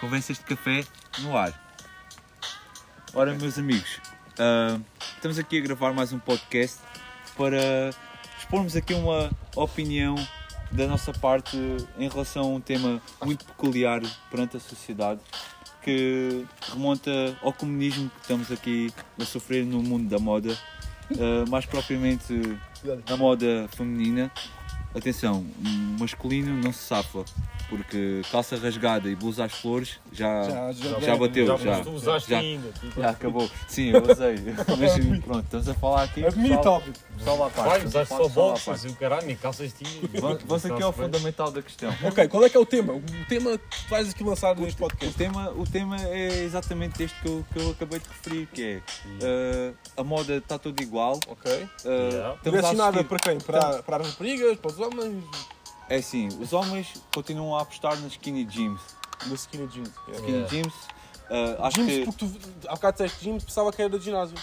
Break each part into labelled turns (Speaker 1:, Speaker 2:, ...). Speaker 1: Convenças de café no ar. Ora, meus amigos, ah, estamos aqui a gravar mais um podcast para expormos aqui uma opinião da nossa parte em relação a um tema muito peculiar perante a sociedade que remonta ao comunismo que estamos aqui a sofrer no mundo da moda, ah, mais propriamente na moda feminina. Atenção, masculino não se safa, porque calça rasgada e blusa às flores Ah. já, já, bateu. Já,
Speaker 2: Mas tu usaste
Speaker 1: já-
Speaker 2: ainda. tipo,
Speaker 1: já acabou. Sim, eu usei. Mas pronto, estamos a falar aqui.
Speaker 3: Mini
Speaker 1: pessoal-
Speaker 3: tópico.
Speaker 1: pessoal lá à parte,
Speaker 2: Vai,
Speaker 1: estamos a
Speaker 2: usaste
Speaker 1: falar
Speaker 2: só
Speaker 1: pessoal lá à
Speaker 2: boxes e o caralho, nem calças tinhas.
Speaker 1: parte. Vamos- Vamos aqui ao fundamental da questão.
Speaker 3: Ok, qual é que é o tema? O tema que vais aqui lançar neste
Speaker 1: O
Speaker 3: podcast.
Speaker 1: tema, o tema é exatamente este que eu, que eu acabei de referir, que é ah, a moda está toda igual.
Speaker 3: Ok.
Speaker 1: ah,
Speaker 2: Yeah.
Speaker 1: estamos a
Speaker 3: Direcionada
Speaker 1: assistir-
Speaker 3: para quem? Para, para as raparigas, para os homens?
Speaker 1: É assim, os homens continuam a apostar nas skinny jeans.
Speaker 3: No skinny jeans. Yeah.
Speaker 1: Skinny
Speaker 2: Yeah.
Speaker 1: jeans, ah, acho
Speaker 3: Gyms,
Speaker 1: que...
Speaker 3: porque tu há bocado disseste gyms, pensava que era do ginásio.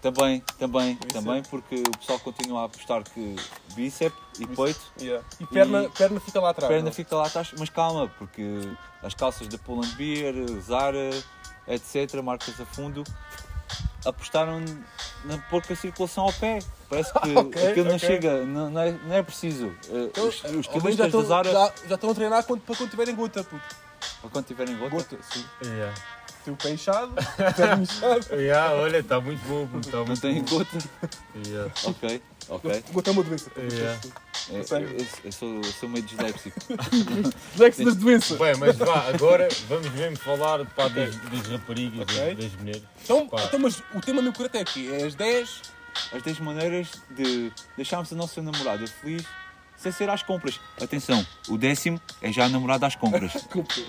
Speaker 1: Também, também,
Speaker 3: Bíceps.
Speaker 1: também, porque o pessoal continua a apostar que bíceps e peito,
Speaker 3: Yeah. E perna,
Speaker 1: E-
Speaker 3: perna fica lá
Speaker 1: a
Speaker 3: atrás.
Speaker 1: perna
Speaker 3: Tá, não?
Speaker 1: fica lá atrás, mas calma, porque as calças da Pull and Beer, Zara, etc., marcas a fundo, apostaram na pouca circulação ao pé. Parece que
Speaker 3: Ok,
Speaker 1: aquilo não
Speaker 3: ok.
Speaker 1: chega, não, não é, não é preciso. Eh,
Speaker 3: Então,
Speaker 1: os, os
Speaker 3: Ao menos já
Speaker 1: estilistas da
Speaker 3: estão-
Speaker 1: Zara,
Speaker 3: já- já estão a treinar quando- para quando tiverem gota, puto.
Speaker 1: quando tiverem gota,
Speaker 3: Gota, sim.
Speaker 2: Yeah.
Speaker 3: Tem o pé inchado, perna inchada.
Speaker 2: Yeah, olha, está muito bom. Está
Speaker 1: não
Speaker 2: muito
Speaker 1: têm
Speaker 2: bom.
Speaker 1: gota.
Speaker 2: Yeah.
Speaker 1: Ok, ok.
Speaker 3: Gota é uma doença.
Speaker 2: Yeah.
Speaker 1: Eh, Eu,
Speaker 3: sério?
Speaker 1: eu- eu sou, eu sou meio disléxico.
Speaker 3: Lex das doenças.
Speaker 2: Bem, mas vá, agora vamos mesmo falar pá, das, das raparigas,
Speaker 3: Ok.
Speaker 2: das, das mulheres.
Speaker 3: Então,
Speaker 2: Pá.
Speaker 3: então, mas o tema meu curto é aqui. É as 10.
Speaker 1: as 10 maneiras de deixarmos a nossa namorada feliz sem ser às compras. Atenção, o décimo é já a namorada às compras.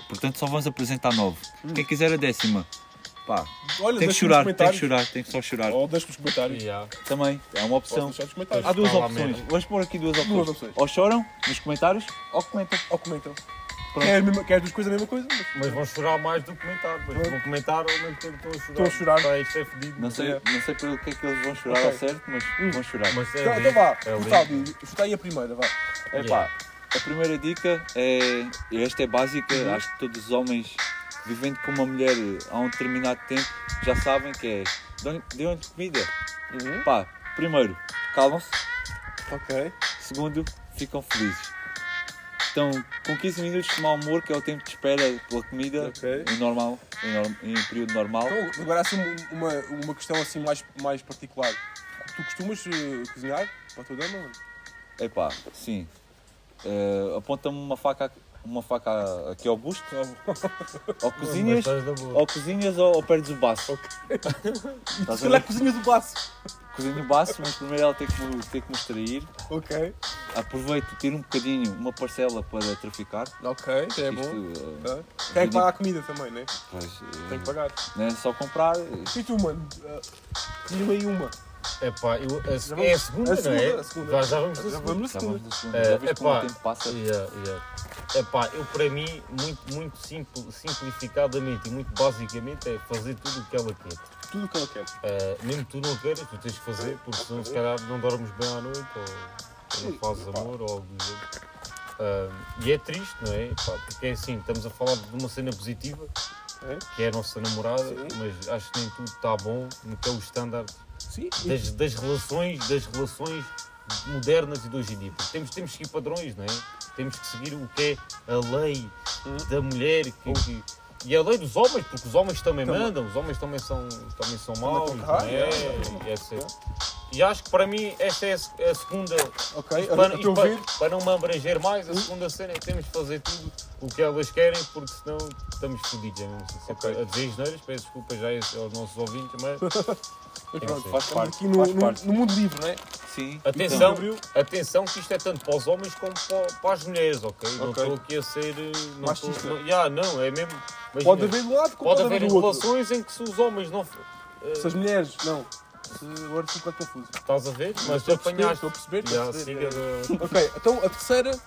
Speaker 1: Portanto, só vamos apresentar nove. Quem quiser a décima, pá,
Speaker 3: Olha,
Speaker 1: tem que
Speaker 3: Hum. deixa-me
Speaker 1: chorar,
Speaker 3: nos
Speaker 1: tem que
Speaker 3: comentários.
Speaker 1: chorar, tem que só chorar.
Speaker 3: Ou deixa nos comentários.
Speaker 2: Yeah.
Speaker 1: Também, é uma
Speaker 3: Posso
Speaker 1: opção.
Speaker 3: deixar nos
Speaker 1: Há
Speaker 3: comentários.
Speaker 1: duas
Speaker 2: Está lá
Speaker 1: opções,
Speaker 2: mesmo.
Speaker 1: vamos pôr aqui duas opções.
Speaker 3: Duas opções.
Speaker 1: Ou choram nos comentários, ou comentam.
Speaker 3: Ou comentam.
Speaker 1: Pronto.
Speaker 3: Quer, as mesma- quer as duas coisas a mesma coisa? Mas...
Speaker 2: Mas vão chorar mais do que comentar. Pois. Vão comentar ao mesmo tempo que estão
Speaker 3: Estão
Speaker 2: a
Speaker 3: a
Speaker 2: chorar.
Speaker 3: chorar.
Speaker 2: Pá, isto é fedido.
Speaker 1: Não sei, não sei pelo que é que eles vão chorar
Speaker 3: Ok.
Speaker 1: ao certo, mas vão chorar.
Speaker 2: Mas é
Speaker 3: Então,
Speaker 2: lindo,
Speaker 3: então vá,
Speaker 2: é lindo.
Speaker 3: Gustavo, chuta aí a primeira, vá.
Speaker 1: É
Speaker 2: Yeah.
Speaker 1: a primeira dica é. e Esta é básica, acho que todos os homens vivendo com uma mulher há um determinado tempo já sabem que é. dão- Dêem-lhe comida. Pá, primeiro, calam-se.
Speaker 3: Uhum, Ok.
Speaker 1: Segundo, ficam felizes. Então, com 15 minutos de mau humor, que é o tempo de espera pela comida,
Speaker 3: Ok.
Speaker 1: em, normal, em, norm- em período normal.
Speaker 3: Então, agora assim uma, uma questão assim mais, mais particular. Tu costumas eh, cozinhar para a tua dama? mano?
Speaker 1: Epá, sim. Eh, Aponta-me uma faca, uma faca aqui ao busto, ou cozinhas,
Speaker 2: Mas tá estás na boa.
Speaker 1: ou cozinhas ou, ou perdes o baço.
Speaker 3: E
Speaker 1: Estás
Speaker 3: se
Speaker 1: a
Speaker 3: calhar
Speaker 1: ver?
Speaker 3: cozinhas o baço.
Speaker 1: Cozinho o baço, mas primeiro ela tem que, me- tem que me extrair.
Speaker 3: Ok.
Speaker 1: Aproveito, tiro um bocadinho, uma parcela para traficar.
Speaker 3: Ok, já é bom.
Speaker 1: Isto, eh,
Speaker 3: Tá. Tem que pagar a comida também, né?
Speaker 1: pois, eh,
Speaker 3: Tem que pagar.
Speaker 1: não é só comprar. eh,
Speaker 3: E tu, mano? Cozinha aí uma.
Speaker 2: Epá, eu- a-
Speaker 3: Já
Speaker 2: é a
Speaker 3: vamos-
Speaker 2: segunda,
Speaker 3: a
Speaker 2: não é?
Speaker 3: segunda, a segunda.
Speaker 2: Já, já vamos
Speaker 3: Já vamos É,
Speaker 2: na segunda.
Speaker 3: na
Speaker 1: Já vamos
Speaker 3: segunda.
Speaker 1: no segundo.
Speaker 2: Eh,
Speaker 1: Já viste como o
Speaker 2: epá,
Speaker 1: tempo passa?
Speaker 2: Yeah, yeah. Epá, eu para mim, muito, muito simpl- simplificadamente e muito basicamente, é fazer tudo o que ela quer.
Speaker 3: Tudo o que ela quer.
Speaker 2: Eh, mesmo tu não queiras, tu tens que fazer, porque senão se calhar não dormes bem à noite, ou, ou não fazes amor, ou algo do género. Ah, e é triste, não é? Pá, porque é assim, estamos a falar de uma cena positiva,
Speaker 3: É?
Speaker 2: que é a nossa namorada,
Speaker 3: Sim.
Speaker 2: mas acho que nem tudo está bom no que é o standard
Speaker 3: Sim.
Speaker 2: das, das relações, das relações modernas e de hoje em dia. Porque temos, temos que seguir padrões, não é? Temos que seguir o que é a lei da mulher que- que- e a lei dos homens, porque os homens também
Speaker 3: Uhum. Também.
Speaker 2: mandam, os homens também são, também são
Speaker 3: Também
Speaker 2: maus,
Speaker 3: com
Speaker 2: não
Speaker 3: raiva,
Speaker 2: é? E, etc. E acho que para mim esta é a se- a segunda,
Speaker 3: Ok, a, a
Speaker 2: para,
Speaker 3: Uhum. teu
Speaker 2: para-
Speaker 3: ver.
Speaker 2: para não me abranger mais, a segunda cena é que temos de fazer tudo o que elas querem, porque senão estamos fodidos. é mesmo assim. Sempre
Speaker 3: Ok.
Speaker 2: A dizer asneiras, peço desculpa já aos nossos ouvintes, mas
Speaker 3: Mas
Speaker 2: Sim,
Speaker 3: pronto,
Speaker 2: sim.
Speaker 3: faz
Speaker 1: Faz
Speaker 3: parte. Aqui no,
Speaker 1: faz
Speaker 3: no-
Speaker 1: parte.
Speaker 3: no mundo livre, né?
Speaker 1: Sim.
Speaker 2: Atenção,
Speaker 1: Então,
Speaker 2: atenção que isto é tanto para os homens como para, para as mulheres, ok? Não
Speaker 3: Ok.
Speaker 2: estou aqui a ser. eh, Não estou-
Speaker 3: Machista.
Speaker 2: não- Ya, não, é mesmo. imagina,
Speaker 3: Pode haver de um lado, como
Speaker 2: pode haver
Speaker 3: do outro.
Speaker 2: relações em que se os homens não. eh,
Speaker 3: Se as mulheres, não. Se, agora fico bem confuso.
Speaker 2: estás a ver? Mas tu
Speaker 3: Estou a perceber,
Speaker 2: apanhaste.
Speaker 3: estou a perceber, estou a
Speaker 2: Ya,
Speaker 3: perceber.
Speaker 2: siga da-
Speaker 3: Ok, então a terceira,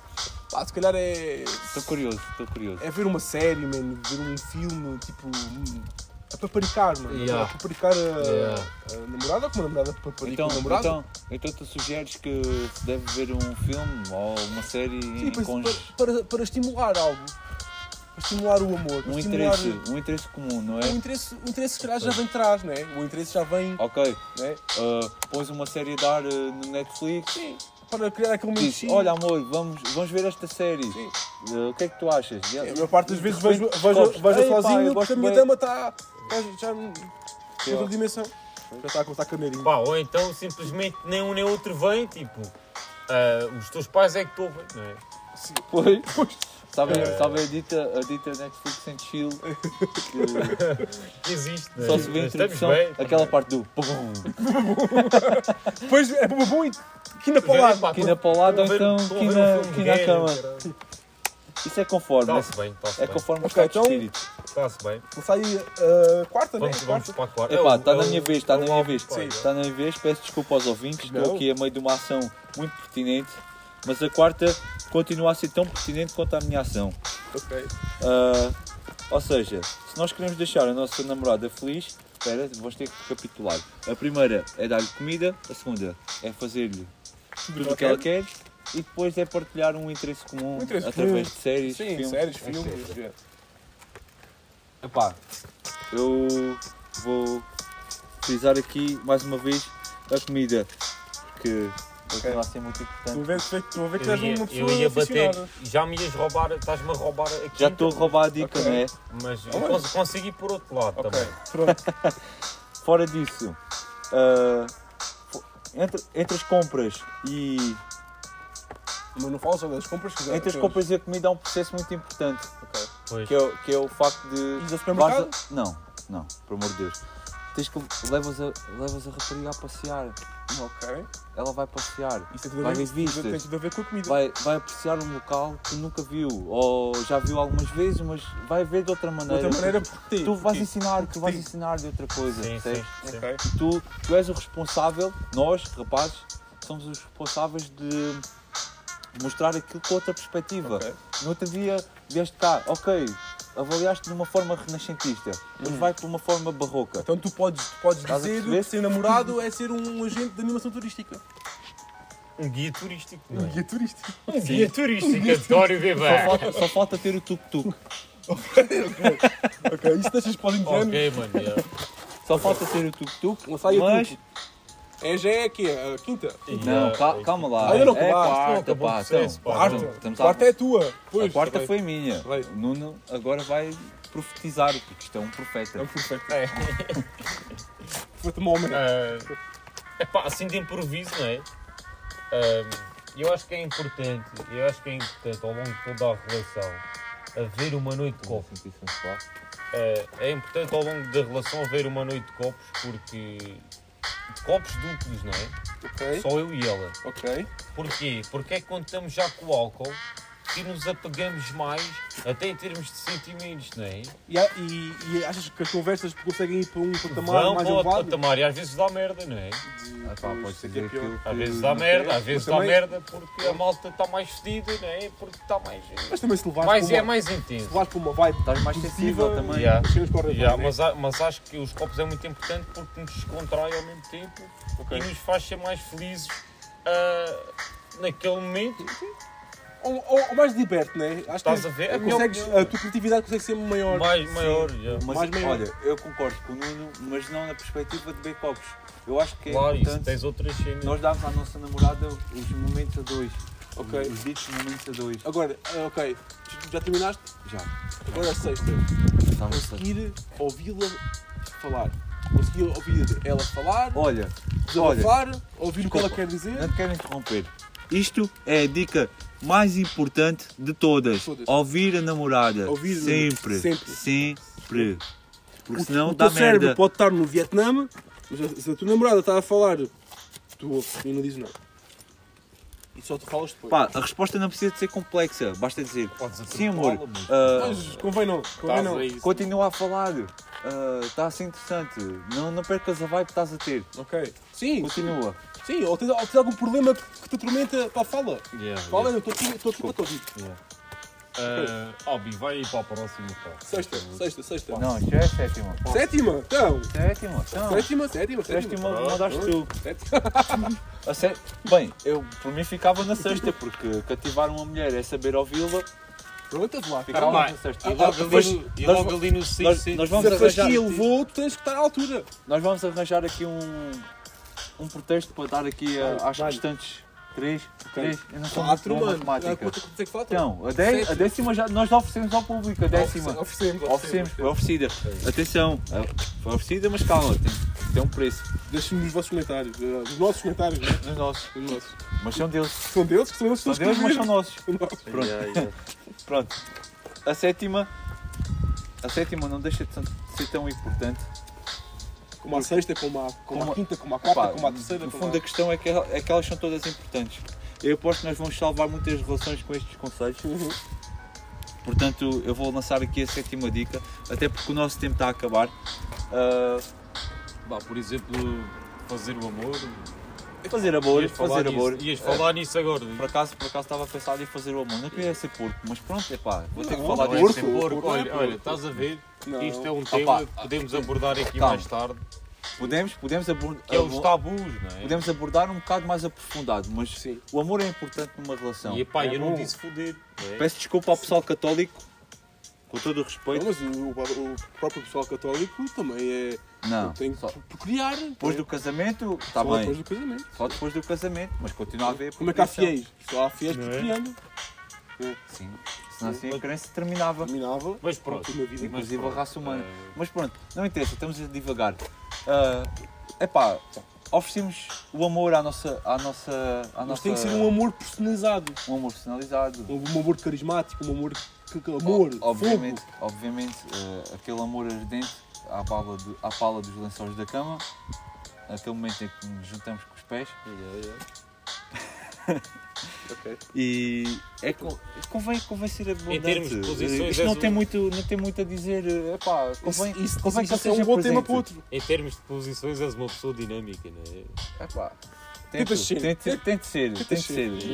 Speaker 3: pá, se calhar é.
Speaker 1: Estou curioso, estou curioso.
Speaker 3: É ver uma série, mano, ver um filme, tipo. hum, A paparicar, mano.
Speaker 2: Yeah.
Speaker 3: A paparicar a,
Speaker 2: Yeah.
Speaker 3: a namorada, como a namorada paparica
Speaker 1: Então,
Speaker 3: o namorado.
Speaker 1: então, então tu sugeres que se deve ver um filme ou uma série
Speaker 3: Sim,
Speaker 1: em
Speaker 3: para,
Speaker 1: cônjuge.
Speaker 3: para, para- para estimular algo. para estimular o amor, para
Speaker 1: Um
Speaker 3: estimular
Speaker 1: interesse, um interesse comum, não é?
Speaker 3: o interesse. O interesse, se calhar, já vem de trás, não é? O interesse já vem,
Speaker 1: Ok,
Speaker 3: não é?
Speaker 1: ah, pôs uma série a dar ah, no Netflix,
Speaker 3: Sim, para criar aquele
Speaker 1: diz,
Speaker 3: momentinho.
Speaker 1: olha amor, vamos, vamos ver esta série.
Speaker 3: Sim.
Speaker 1: Ah, o que é que tu achas? E
Speaker 3: A
Speaker 1: ela-
Speaker 3: maior parte das vezes
Speaker 1: de
Speaker 3: vejo,
Speaker 1: repente,
Speaker 3: vejo,
Speaker 1: descobres,
Speaker 3: vejo
Speaker 1: "Ei, pá, eu
Speaker 3: sozinho
Speaker 1: gosto
Speaker 3: porque a minha
Speaker 1: bem."
Speaker 3: dama está já em outra dimensão. Já está a contar camerinho.
Speaker 2: Pá, ou então simplesmente nem um nem outro vem, tipo, ah, os teus pais é que tu ouvem, não é?
Speaker 1: Pois. Sabe, sabe a, dita, a dita Netflix and Chill? que
Speaker 2: Que existe, não é?
Speaker 1: só se vê a
Speaker 2: Mas estamos
Speaker 1: introdução,
Speaker 2: bem.
Speaker 1: aquela parte do pum,
Speaker 3: Depois é bom, bom e quina para lá.
Speaker 2: Pá,
Speaker 1: quina para o lado ou
Speaker 2: estão a ver-
Speaker 1: então
Speaker 2: estão a ver Tá. um
Speaker 1: quina,
Speaker 2: filme
Speaker 1: quina
Speaker 2: gay,
Speaker 1: à cama.
Speaker 2: caralho.
Speaker 1: Isso é conforme, né?
Speaker 2: Está-se bem, está-se
Speaker 1: é
Speaker 2: bem.
Speaker 1: conforme o
Speaker 3: Ok,
Speaker 1: estado de
Speaker 3: então-
Speaker 1: espírito.
Speaker 2: Está-se bem.
Speaker 3: Vamos sair eh, quarta, né?
Speaker 2: Vamos, vamos
Speaker 3: Quarta.
Speaker 2: para a quarta.
Speaker 1: Epá,
Speaker 2: É o-
Speaker 1: está
Speaker 2: é
Speaker 1: na
Speaker 2: o-
Speaker 1: minha vez, está
Speaker 2: é o
Speaker 1: na minha
Speaker 2: after
Speaker 1: vez.
Speaker 2: party.
Speaker 1: Está na minha vez, peço desculpa aos ouvintes,
Speaker 3: Não.
Speaker 1: estou aqui a meio de uma ação muito pertinente, mas a quarta continua a ser tão pertinente quanto a minha ação.
Speaker 3: Ok.
Speaker 1: Ah, ou seja, se nós queremos deixar a nossa namorada feliz, espera, vamos ter que recapitular. A primeira é dar-lhe comida, a segunda é fazer-lhe tudo o que ela quer e depois é partilhar um interesse comum
Speaker 3: Um interesse
Speaker 1: através
Speaker 3: comum.
Speaker 1: de séries,
Speaker 3: Sim,
Speaker 1: filmes,
Speaker 3: séries,
Speaker 1: etc.
Speaker 3: filmes. é.
Speaker 1: Epá, eu vou frisar aqui mais uma vez a comida, que continua a ser muito
Speaker 3: Tu
Speaker 1: importante.
Speaker 3: vês tu vês- tu vês que
Speaker 2: Eu
Speaker 3: és
Speaker 2: ia,
Speaker 3: uma
Speaker 2: eu
Speaker 3: pessoa
Speaker 2: ia bater,
Speaker 3: aficionada.
Speaker 2: já me ias roubar, estás-me a roubar aqui.
Speaker 1: Já estou a roubar a dica,
Speaker 3: Ok.
Speaker 1: não é?
Speaker 2: Mas eu
Speaker 3: Olha.
Speaker 2: cons- consegui por outro
Speaker 1: Tá
Speaker 2: lado
Speaker 3: Ok,
Speaker 2: também.
Speaker 3: pronto.
Speaker 1: Fora disso, ah, fo- entre, entre as compras e
Speaker 3: Mas não falas só das compras que
Speaker 1: entre as compras e a comida há um processo muito importante,
Speaker 3: Ok.
Speaker 2: Pois.
Speaker 1: que é, o- que é o facto de.
Speaker 3: Ires ao supermercado?
Speaker 1: Vais a- Não, não, por amor de Deus. Tens que levas a, levas a rapariga a passear.
Speaker 3: Ok.
Speaker 1: Ela vai passear.
Speaker 3: Isso tem tudo a
Speaker 1: Vai
Speaker 3: ver-
Speaker 1: ver vistas.
Speaker 3: tem tudo a ver com a comida.
Speaker 1: Vai, vai apreciar um local que nunca viu. Ou já viu algumas vezes, mas vai ver de outra
Speaker 3: De
Speaker 1: maneira.
Speaker 3: outra maneira, por ti.
Speaker 1: Tu vais
Speaker 3: Por ti.
Speaker 1: ensinar, tu vais
Speaker 3: Sim.
Speaker 1: ensinar de outra coisa.
Speaker 2: Sim, sim,
Speaker 1: percebes?
Speaker 2: sim.
Speaker 3: Ok.
Speaker 1: tu, tu és o responsável, nós, rapazes, somos os responsáveis de mostrar aquilo com outra perspectiva.
Speaker 3: Ok.
Speaker 1: No outro dia vieste cá, ok, avaliaste de uma forma renascentista, mas vai para uma forma barroca.
Speaker 3: Então tu podes, tu podes
Speaker 1: Estás a
Speaker 3: dizer
Speaker 1: perceber?
Speaker 3: que ser namorado é ser um agente de animação turística.
Speaker 2: Um guia turístico. não é?
Speaker 3: Guia turístico.
Speaker 2: Um guia turístico, António
Speaker 1: Só
Speaker 2: Bebé.
Speaker 1: falta, só falta ter o tuk-tuk.
Speaker 3: Ok, isso deixas para os indianos.
Speaker 2: Ok, mano. yeah.
Speaker 1: Só falta ter o tuk-tuk,
Speaker 3: Não sai o
Speaker 1: mas...
Speaker 3: tuk-tuk. É, já é aqui, é a quinta.
Speaker 1: Não,
Speaker 2: Yeah,
Speaker 1: cal-
Speaker 2: ok.
Speaker 1: calma lá.
Speaker 3: Ainda não
Speaker 1: é
Speaker 3: acabaste,
Speaker 2: não
Speaker 1: quarta,
Speaker 2: acabou o
Speaker 1: pá.
Speaker 2: processo,
Speaker 1: então,
Speaker 2: pá.
Speaker 1: quarta.
Speaker 3: Quarta.
Speaker 1: Estamos à-
Speaker 3: quarta é tua. Pois,
Speaker 1: A quarta
Speaker 3: ok.
Speaker 1: foi minha.
Speaker 3: Vai.
Speaker 1: Nuno agora vai profetizar, porque isto é um profeta.
Speaker 3: É um perfeito. Foi-te uma homem.
Speaker 2: é pá, assim de improviso, não é? Ah, eu acho que é importante, eu acho que é importante ao longo de toda a relação haver uma noite de copos. Ah, é importante ao longo da relação haver uma noite de copos porque copos duplos, não é?
Speaker 3: Ok.
Speaker 2: Só eu e ela.
Speaker 3: Ok.
Speaker 2: Porquê? Porque é que quando estamos já com o álcool que nos apegamos mais até em termos de sentimentos, não é?
Speaker 3: E, há- e, e achas que as conversas conseguem ir para um patamar
Speaker 2: Vão
Speaker 3: mais
Speaker 2: para outro
Speaker 3: elevado?
Speaker 2: patamar e às vezes dá merda, não é?
Speaker 3: De-
Speaker 1: Ah, pá,
Speaker 3: pois,
Speaker 1: podes
Speaker 3: isso é que é
Speaker 1: dizer
Speaker 3: pior.
Speaker 1: aquilo.
Speaker 2: Às vezes
Speaker 3: não
Speaker 2: dá
Speaker 3: sei.
Speaker 2: merda, às vezes
Speaker 3: Também-
Speaker 2: dá merda porque a malta está mais fedida, não é? Porque está mais.
Speaker 3: Mas também se levares
Speaker 2: Mas
Speaker 3: para
Speaker 2: é
Speaker 3: uma-
Speaker 2: mais
Speaker 3: se
Speaker 2: intenso.
Speaker 3: levares para uma vibe
Speaker 1: Estás mais sensível
Speaker 3: positiva,
Speaker 1: também.
Speaker 2: Yeah.
Speaker 3: as cenas correm bem,
Speaker 2: Já,
Speaker 3: né?
Speaker 2: mas, a- mas acho que os copos é muito importante porque nos descontrai ao mesmo tempo
Speaker 3: Ok.
Speaker 2: e nos faz ser mais felizes ah, naquele momento.
Speaker 3: ou, ou- ou mais liberto, né? Acho
Speaker 2: Estás
Speaker 3: que
Speaker 2: a ver? É a minha
Speaker 3: consegues,
Speaker 2: opinião.
Speaker 3: a tua criatividade consegue ser maior.
Speaker 2: Mais maior. já.
Speaker 1: Mas
Speaker 3: Mais maior.
Speaker 1: olha, eu concordo com o Nuno, mas não na perspectiva de bake offs Eu acho que é
Speaker 2: Claro, isso
Speaker 1: importante
Speaker 2: tens outras cenas.
Speaker 1: nós darmos à nossa namorada os momentos a dois.
Speaker 3: Ok.
Speaker 1: Os ditos momentos a dois.
Speaker 3: Agora, ah, ok, tu já terminaste?
Speaker 1: Já.
Speaker 3: Agora é sexta.
Speaker 1: Estamos a...
Speaker 3: Conseguir ouvi-la falar. Conseguir ouvir ela falar,
Speaker 1: Olha, olha,
Speaker 3: desabafar, ouvir o que
Speaker 1: desculpa.
Speaker 3: ela quer dizer.
Speaker 1: não te quero interromper. Isto é a dica mais importante de todas.
Speaker 3: Todas.
Speaker 1: Ouvir a namorada.
Speaker 3: Ouvir a
Speaker 1: sempre.
Speaker 3: namorada.
Speaker 1: Sempre. Porque
Speaker 3: O-
Speaker 1: senão
Speaker 3: o
Speaker 1: dá
Speaker 3: teu cérebro
Speaker 1: merda.
Speaker 3: pode estar no Vietnã, mas a- se a tua namorada está a falar, tu ouves e não dizes nada. E só tu falas depois.
Speaker 1: Pá, a resposta não precisa de ser complexa. Basta dizer,
Speaker 2: Podes
Speaker 1: sim amor,
Speaker 2: atropelá-la,
Speaker 1: ah,
Speaker 3: Mas convém não, convém não.
Speaker 2: Estás aí.
Speaker 1: Continua a falar. Está a ser interessante. Não, não percas a vibe que estás a ter.
Speaker 3: Ok. Sim,
Speaker 1: Continua.
Speaker 3: sim, ou tens, ou tens algum problema que te atormenta, pá, fala.
Speaker 2: Yeah,
Speaker 3: Fala, eu estou aqui estou aqui para te ouvir.
Speaker 2: yeah. Ah, Albi, vai aí para o próximo passo.
Speaker 3: Sexta, sexta, sexta.
Speaker 1: Não, já é a sétima.
Speaker 3: Sétima, então.
Speaker 1: Sétima, então.
Speaker 3: Sétima, sétima, sétima.
Speaker 1: Sétima mandaste tu.
Speaker 3: Sétima.
Speaker 1: A sé- Bem, eu por mim ficava na sexta, porque cativar uma mulher é saber ouvi-la
Speaker 3: Pergunta-te lá.
Speaker 2: Fica
Speaker 3: cara,
Speaker 2: mais.
Speaker 1: disseste.
Speaker 2: E
Speaker 3: Ah,
Speaker 2: logo
Speaker 3: mas
Speaker 2: ali, e
Speaker 1: nós-
Speaker 2: logo ali no sítio.
Speaker 1: nós-
Speaker 2: sim.
Speaker 1: nós
Speaker 3: Se
Speaker 1: vamos
Speaker 3: a fasquia
Speaker 1: arranjar,
Speaker 3: levou, tu tens que estar à altura.
Speaker 1: nós vamos arranjar aqui um, um pretexto para dar aqui a, às
Speaker 3: Vai.
Speaker 1: restantes 3, 3, eu não sou muito
Speaker 3: Quatro,
Speaker 1: bom em
Speaker 3: mano. É,
Speaker 1: Então, matemática.
Speaker 3: quanto- quanto é que falta?
Speaker 1: Então, a, dez, a
Speaker 3: Sete.
Speaker 1: décima já, nós oferecemos ao público, a décima.
Speaker 3: Oferece- Oferecemos.
Speaker 1: Oferecemos, foi oferecida. Atenção, é, foi oferecida, mas calma, tem, tem um preço.
Speaker 3: Deixem-me nos vossos comentários. eh, Os nossos comentários, né?
Speaker 1: Dos nossos.
Speaker 3: Os nossos.
Speaker 1: Mas são deles.
Speaker 3: São deles que são eles que
Speaker 1: São
Speaker 3: estão a
Speaker 1: deles, mas são nossos.
Speaker 3: escrever. São nossos.
Speaker 1: Pronto. Pronto. A sétima. A sétima não deixa de ser tão importante.
Speaker 3: Como a sexta, como a, como
Speaker 1: Como a-
Speaker 3: a quinta, como a quarta,
Speaker 1: Pá,
Speaker 3: como a terceira.
Speaker 1: No
Speaker 3: como
Speaker 1: fundo, a questão é que, el- é que elas são todas importantes. Eu aposto que nós vamos salvar muitas relações com estes conselhos.
Speaker 2: Uhum.
Speaker 3: a...
Speaker 1: Portanto, eu vou lançar aqui a sétima dica, até porque o nosso tempo está a acabar. Ah,
Speaker 2: Bah, por exemplo, fazer o amor.
Speaker 1: fazer amor,
Speaker 2: Ias falar
Speaker 1: fazer
Speaker 2: nisso-
Speaker 1: amor.
Speaker 2: Ias falar nisso agora.
Speaker 1: Por acaso, por acaso estava a pensar em fazer o amor. Não queria ser porco, mas pronto, é pá, vou ter que
Speaker 3: Não,
Speaker 1: falar
Speaker 2: Não é
Speaker 1: disso.
Speaker 2: ser
Speaker 3: Porco,
Speaker 2: porco.
Speaker 3: porco,
Speaker 2: Olha,
Speaker 3: porco.
Speaker 2: olha, estás a ver?
Speaker 3: Não.
Speaker 2: Isto é um
Speaker 1: Opa,
Speaker 2: tema que podemos abordar aqui
Speaker 1: calma.
Speaker 2: mais tarde.
Speaker 1: Podemos, podemos abordar.
Speaker 2: Que é os tabus, não é?
Speaker 1: Podemos abordar um bocado mais aprofundado, mas
Speaker 3: Sim.
Speaker 1: o amor é importante numa relação.
Speaker 2: E pá,
Speaker 3: É
Speaker 2: eu não
Speaker 3: bom.
Speaker 2: disse foder. não é?
Speaker 1: Peço desculpa ao pessoal católico, com todo o
Speaker 3: Não,
Speaker 1: respeito.
Speaker 3: mas o, o- o próprio pessoal católico também é...
Speaker 1: Não,
Speaker 3: tem que
Speaker 1: só
Speaker 3: procriar.
Speaker 1: depois do casamento, está
Speaker 3: Só Depois
Speaker 1: bem.
Speaker 3: do casamento.
Speaker 1: Só depois do casamento, mas continua a haver.
Speaker 3: Como é que há
Speaker 1: proteção.
Speaker 3: fiéis? Só há fiéis
Speaker 2: Não é?
Speaker 3: procriando.
Speaker 1: Sim, senão assim a crença terminava,
Speaker 3: Terminava.
Speaker 2: Mas pronto.
Speaker 3: Uma vida.
Speaker 1: inclusive a
Speaker 2: pronto,
Speaker 1: raça humana.
Speaker 3: é.
Speaker 2: eh,
Speaker 1: Mas pronto, não interessa, estamos a divagar. É epá, oferecemos o amor à nossa. À nossa, à
Speaker 3: Mas
Speaker 1: nossa
Speaker 3: tem que ser um amor personalizado.
Speaker 1: um amor personalizado.
Speaker 3: Um um amor carismático, um amor. que- que- Amor,
Speaker 1: Ob- obviamente, obviamente eh, aquele amor ardente à pala, de- à pala dos lençóis da cama, naquele momento em que nos juntamos com os pés. E é co- convém, convém ser abundante.
Speaker 2: Em termos de posições,
Speaker 1: Isto não
Speaker 2: és
Speaker 1: tem,
Speaker 2: um-
Speaker 1: muito, não tem muito a dizer. eh, Epá, convém,
Speaker 3: Isso, isso,
Speaker 1: convém
Speaker 3: isso,
Speaker 1: que
Speaker 3: é
Speaker 1: seja
Speaker 3: um bom tema
Speaker 1: presente.
Speaker 3: para outro.
Speaker 2: Em termos de posições, és uma pessoa dinâmica, não é?
Speaker 1: Epá,
Speaker 3: Tenta
Speaker 1: tento-
Speaker 3: ser.
Speaker 1: tento- Tem de ser, tem de ser.
Speaker 3: ser.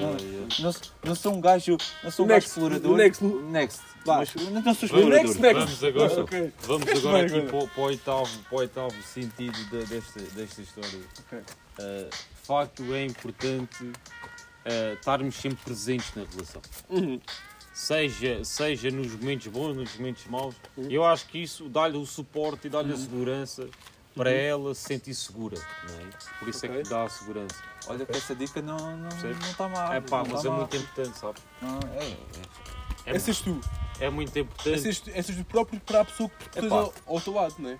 Speaker 1: Não- Não, não sou um gajo, não sou um
Speaker 3: Next,
Speaker 1: gajo explorador.
Speaker 3: next.
Speaker 1: next.
Speaker 3: Vá.
Speaker 1: Mas não, não sou
Speaker 2: Vamos,
Speaker 1: explorador.
Speaker 3: Next, next.
Speaker 2: Vamos agora,
Speaker 3: Ok.
Speaker 2: vamos
Speaker 3: Muito
Speaker 2: agora
Speaker 3: bem,
Speaker 2: aqui
Speaker 3: agora.
Speaker 2: para, o- para o oitavo, para o oitavo sentido de- desta, desta história.
Speaker 3: Ok.
Speaker 2: Uh, de facto, é importante uh, estarmos sempre presentes na relação.
Speaker 3: Uhum.
Speaker 2: Seja, seja nos momentos bons, nos momentos maus.
Speaker 3: Uhum.
Speaker 2: Eu acho que isso dá-lhe o suporte e dá-lhe a segurança para ela se sentir segura. Não é? Por isso é
Speaker 3: Ok.
Speaker 2: que dá a segurança.
Speaker 1: Olha que essa dica não está não,
Speaker 2: Percebe?
Speaker 1: não tá
Speaker 3: Ah,
Speaker 1: má.
Speaker 2: É pá,
Speaker 1: não
Speaker 2: mas
Speaker 1: tá
Speaker 2: é
Speaker 1: má.
Speaker 2: muito importante, sabe?
Speaker 1: Não, é- é-
Speaker 2: É,
Speaker 3: Essas tu.
Speaker 2: é muito importante.
Speaker 3: Essas, essas do próprio para a pessoa que tu
Speaker 1: Epá.
Speaker 3: ao, ao teu lado, não é?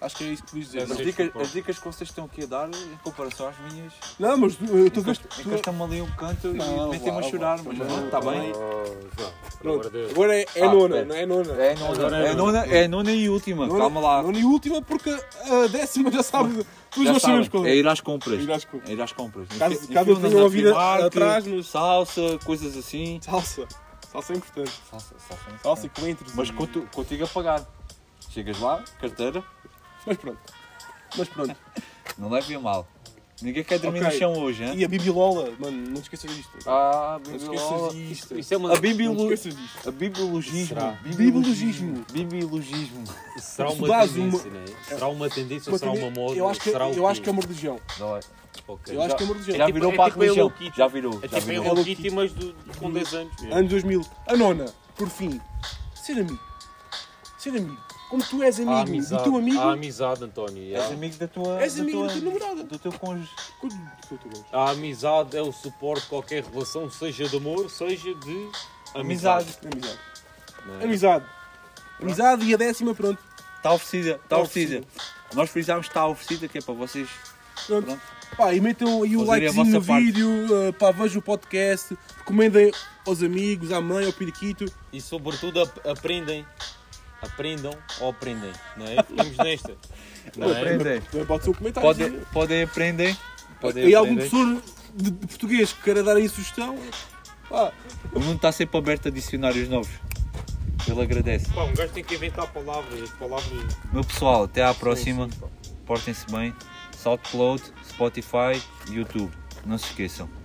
Speaker 3: Acho que é isso que querias dizer.
Speaker 1: As
Speaker 2: Mas
Speaker 3: não é?
Speaker 1: dicas,
Speaker 2: desculpa.
Speaker 1: as dicas que vocês estão aqui a dar, em comparação às minhas,
Speaker 3: Não, mas tu- eu- tu vês que tu-
Speaker 1: encostam-me ali um canto
Speaker 3: Não,
Speaker 1: e metem-me a
Speaker 3: vá,
Speaker 1: chorar,
Speaker 3: vá,
Speaker 1: mas
Speaker 3: vá,
Speaker 1: pronto, está
Speaker 3: vá.
Speaker 1: bem.
Speaker 2: Oh, João, pelo amor
Speaker 3: Pronto,
Speaker 2: de Deus.
Speaker 3: agora é, é
Speaker 1: Ah,
Speaker 3: nona,
Speaker 1: espera.
Speaker 3: não é
Speaker 1: É
Speaker 3: nona.
Speaker 1: a nona, é a
Speaker 2: Agora é
Speaker 1: nona, é a nona e última,
Speaker 3: Nona-
Speaker 1: calma lá.
Speaker 3: Nona e última, porque a décima já sabe. Tu
Speaker 1: Já
Speaker 3: já sabes
Speaker 1: sabem,
Speaker 3: qual
Speaker 1: é
Speaker 3: é.
Speaker 1: ir às compras.
Speaker 3: Ir às compras.
Speaker 1: É ir às compras.
Speaker 3: Caso-
Speaker 1: Enfi-
Speaker 3: caso
Speaker 1: enfiam
Speaker 3: tenham
Speaker 1: nas- na
Speaker 3: ouvido
Speaker 1: Primark,
Speaker 3: atrás nos-
Speaker 1: Salsa, coisas assim.
Speaker 3: Salsa. Salsa é importante.
Speaker 1: Salsa, salsa.
Speaker 3: Salsa e coentros.
Speaker 1: Mas
Speaker 3: e-
Speaker 1: contu- contigo a pagar. Chegas lá, carteira,
Speaker 3: Mas pronto. Mas pronto.
Speaker 1: não levem a mal. Ninguém quer dormir no
Speaker 3: Ok.
Speaker 1: chão hoje, hein?
Speaker 3: E a Bibilola, mano, não te esqueças disto.
Speaker 1: Ah,
Speaker 3: não te
Speaker 1: Bibilola.
Speaker 3: esqueças disto.
Speaker 2: Isso é uma,
Speaker 1: A
Speaker 3: Não
Speaker 1: bibiolo...
Speaker 3: te esqueças disto.
Speaker 1: A bibiologismo.
Speaker 2: Será?
Speaker 1: Bibiologismo. Bibiologismo.
Speaker 2: será uma
Speaker 3: Estudares
Speaker 2: tendência, não é? Será uma tendência ou será uma moda?
Speaker 3: eu acho que,
Speaker 2: será o
Speaker 3: eu acho
Speaker 2: quê?
Speaker 3: que é uma religião.
Speaker 1: Não é?
Speaker 2: Ok.
Speaker 3: Eu acho que é uma religião.
Speaker 1: Já
Speaker 2: tipo-
Speaker 1: virou
Speaker 2: é
Speaker 1: para a
Speaker 2: tipo a Hello
Speaker 1: religião.
Speaker 2: Kitty.
Speaker 1: Já virou.
Speaker 2: É
Speaker 1: Já
Speaker 2: tipo
Speaker 1: virou.
Speaker 3: Hello
Speaker 2: Hello
Speaker 3: Kitty.
Speaker 2: Kitty, mas do- com 10 anos.
Speaker 3: Ano 2000. A nona, por fim, ser amigo. Ser amigo. Como tu és
Speaker 2: Há
Speaker 3: amigo do
Speaker 2: amizade.
Speaker 3: teu amigo,
Speaker 2: Há amizade, António. é.
Speaker 1: És
Speaker 2: Há,
Speaker 1: amigo da tua.
Speaker 3: és
Speaker 1: da
Speaker 3: amigo
Speaker 1: tua-
Speaker 3: da tua namorada.
Speaker 1: Do teu cônjuge.
Speaker 3: Com- com o é teu gosto.
Speaker 2: há amizade, é o suporte de qualquer relação, seja de amor, seja de amizade.
Speaker 1: Amizade.
Speaker 3: Amizade.
Speaker 2: não é?
Speaker 3: Amizade. Amizade e a décima, pronto.
Speaker 1: Está oferecida. Está
Speaker 3: Tá
Speaker 1: oferecida. Nós frisámos que está oferecida, que é para vocês.
Speaker 3: Pronto.
Speaker 1: Pronto.
Speaker 3: Pá, e metam aí
Speaker 1: Fazerem a
Speaker 3: o likezinho no
Speaker 1: vossa parte.
Speaker 3: vídeo, eh, pá, vejam o podcast, recomendem aos amigos, à mãe, ao periquito.
Speaker 2: E sobretudo ap- aprendem. Aprendam ou aprendem. Não é? Ficamos nesta.
Speaker 1: Tá
Speaker 2: Não é?
Speaker 1: Aprendem.
Speaker 3: Também pode ser um comentário.
Speaker 1: Podem, podem aprender. Podem
Speaker 3: e algum
Speaker 1: aprender.
Speaker 3: professor de, de português que queira dar aí sugestão, pá,
Speaker 1: O mundo está sempre aberto a dicionários novos. Ele agradece.
Speaker 2: Pá, um gajo tem que inventar palavras. As palavras.
Speaker 1: Meu pessoal, até à próxima. Portem-se bem. SoundCloud, Spotify, YouTube. Não se esqueçam.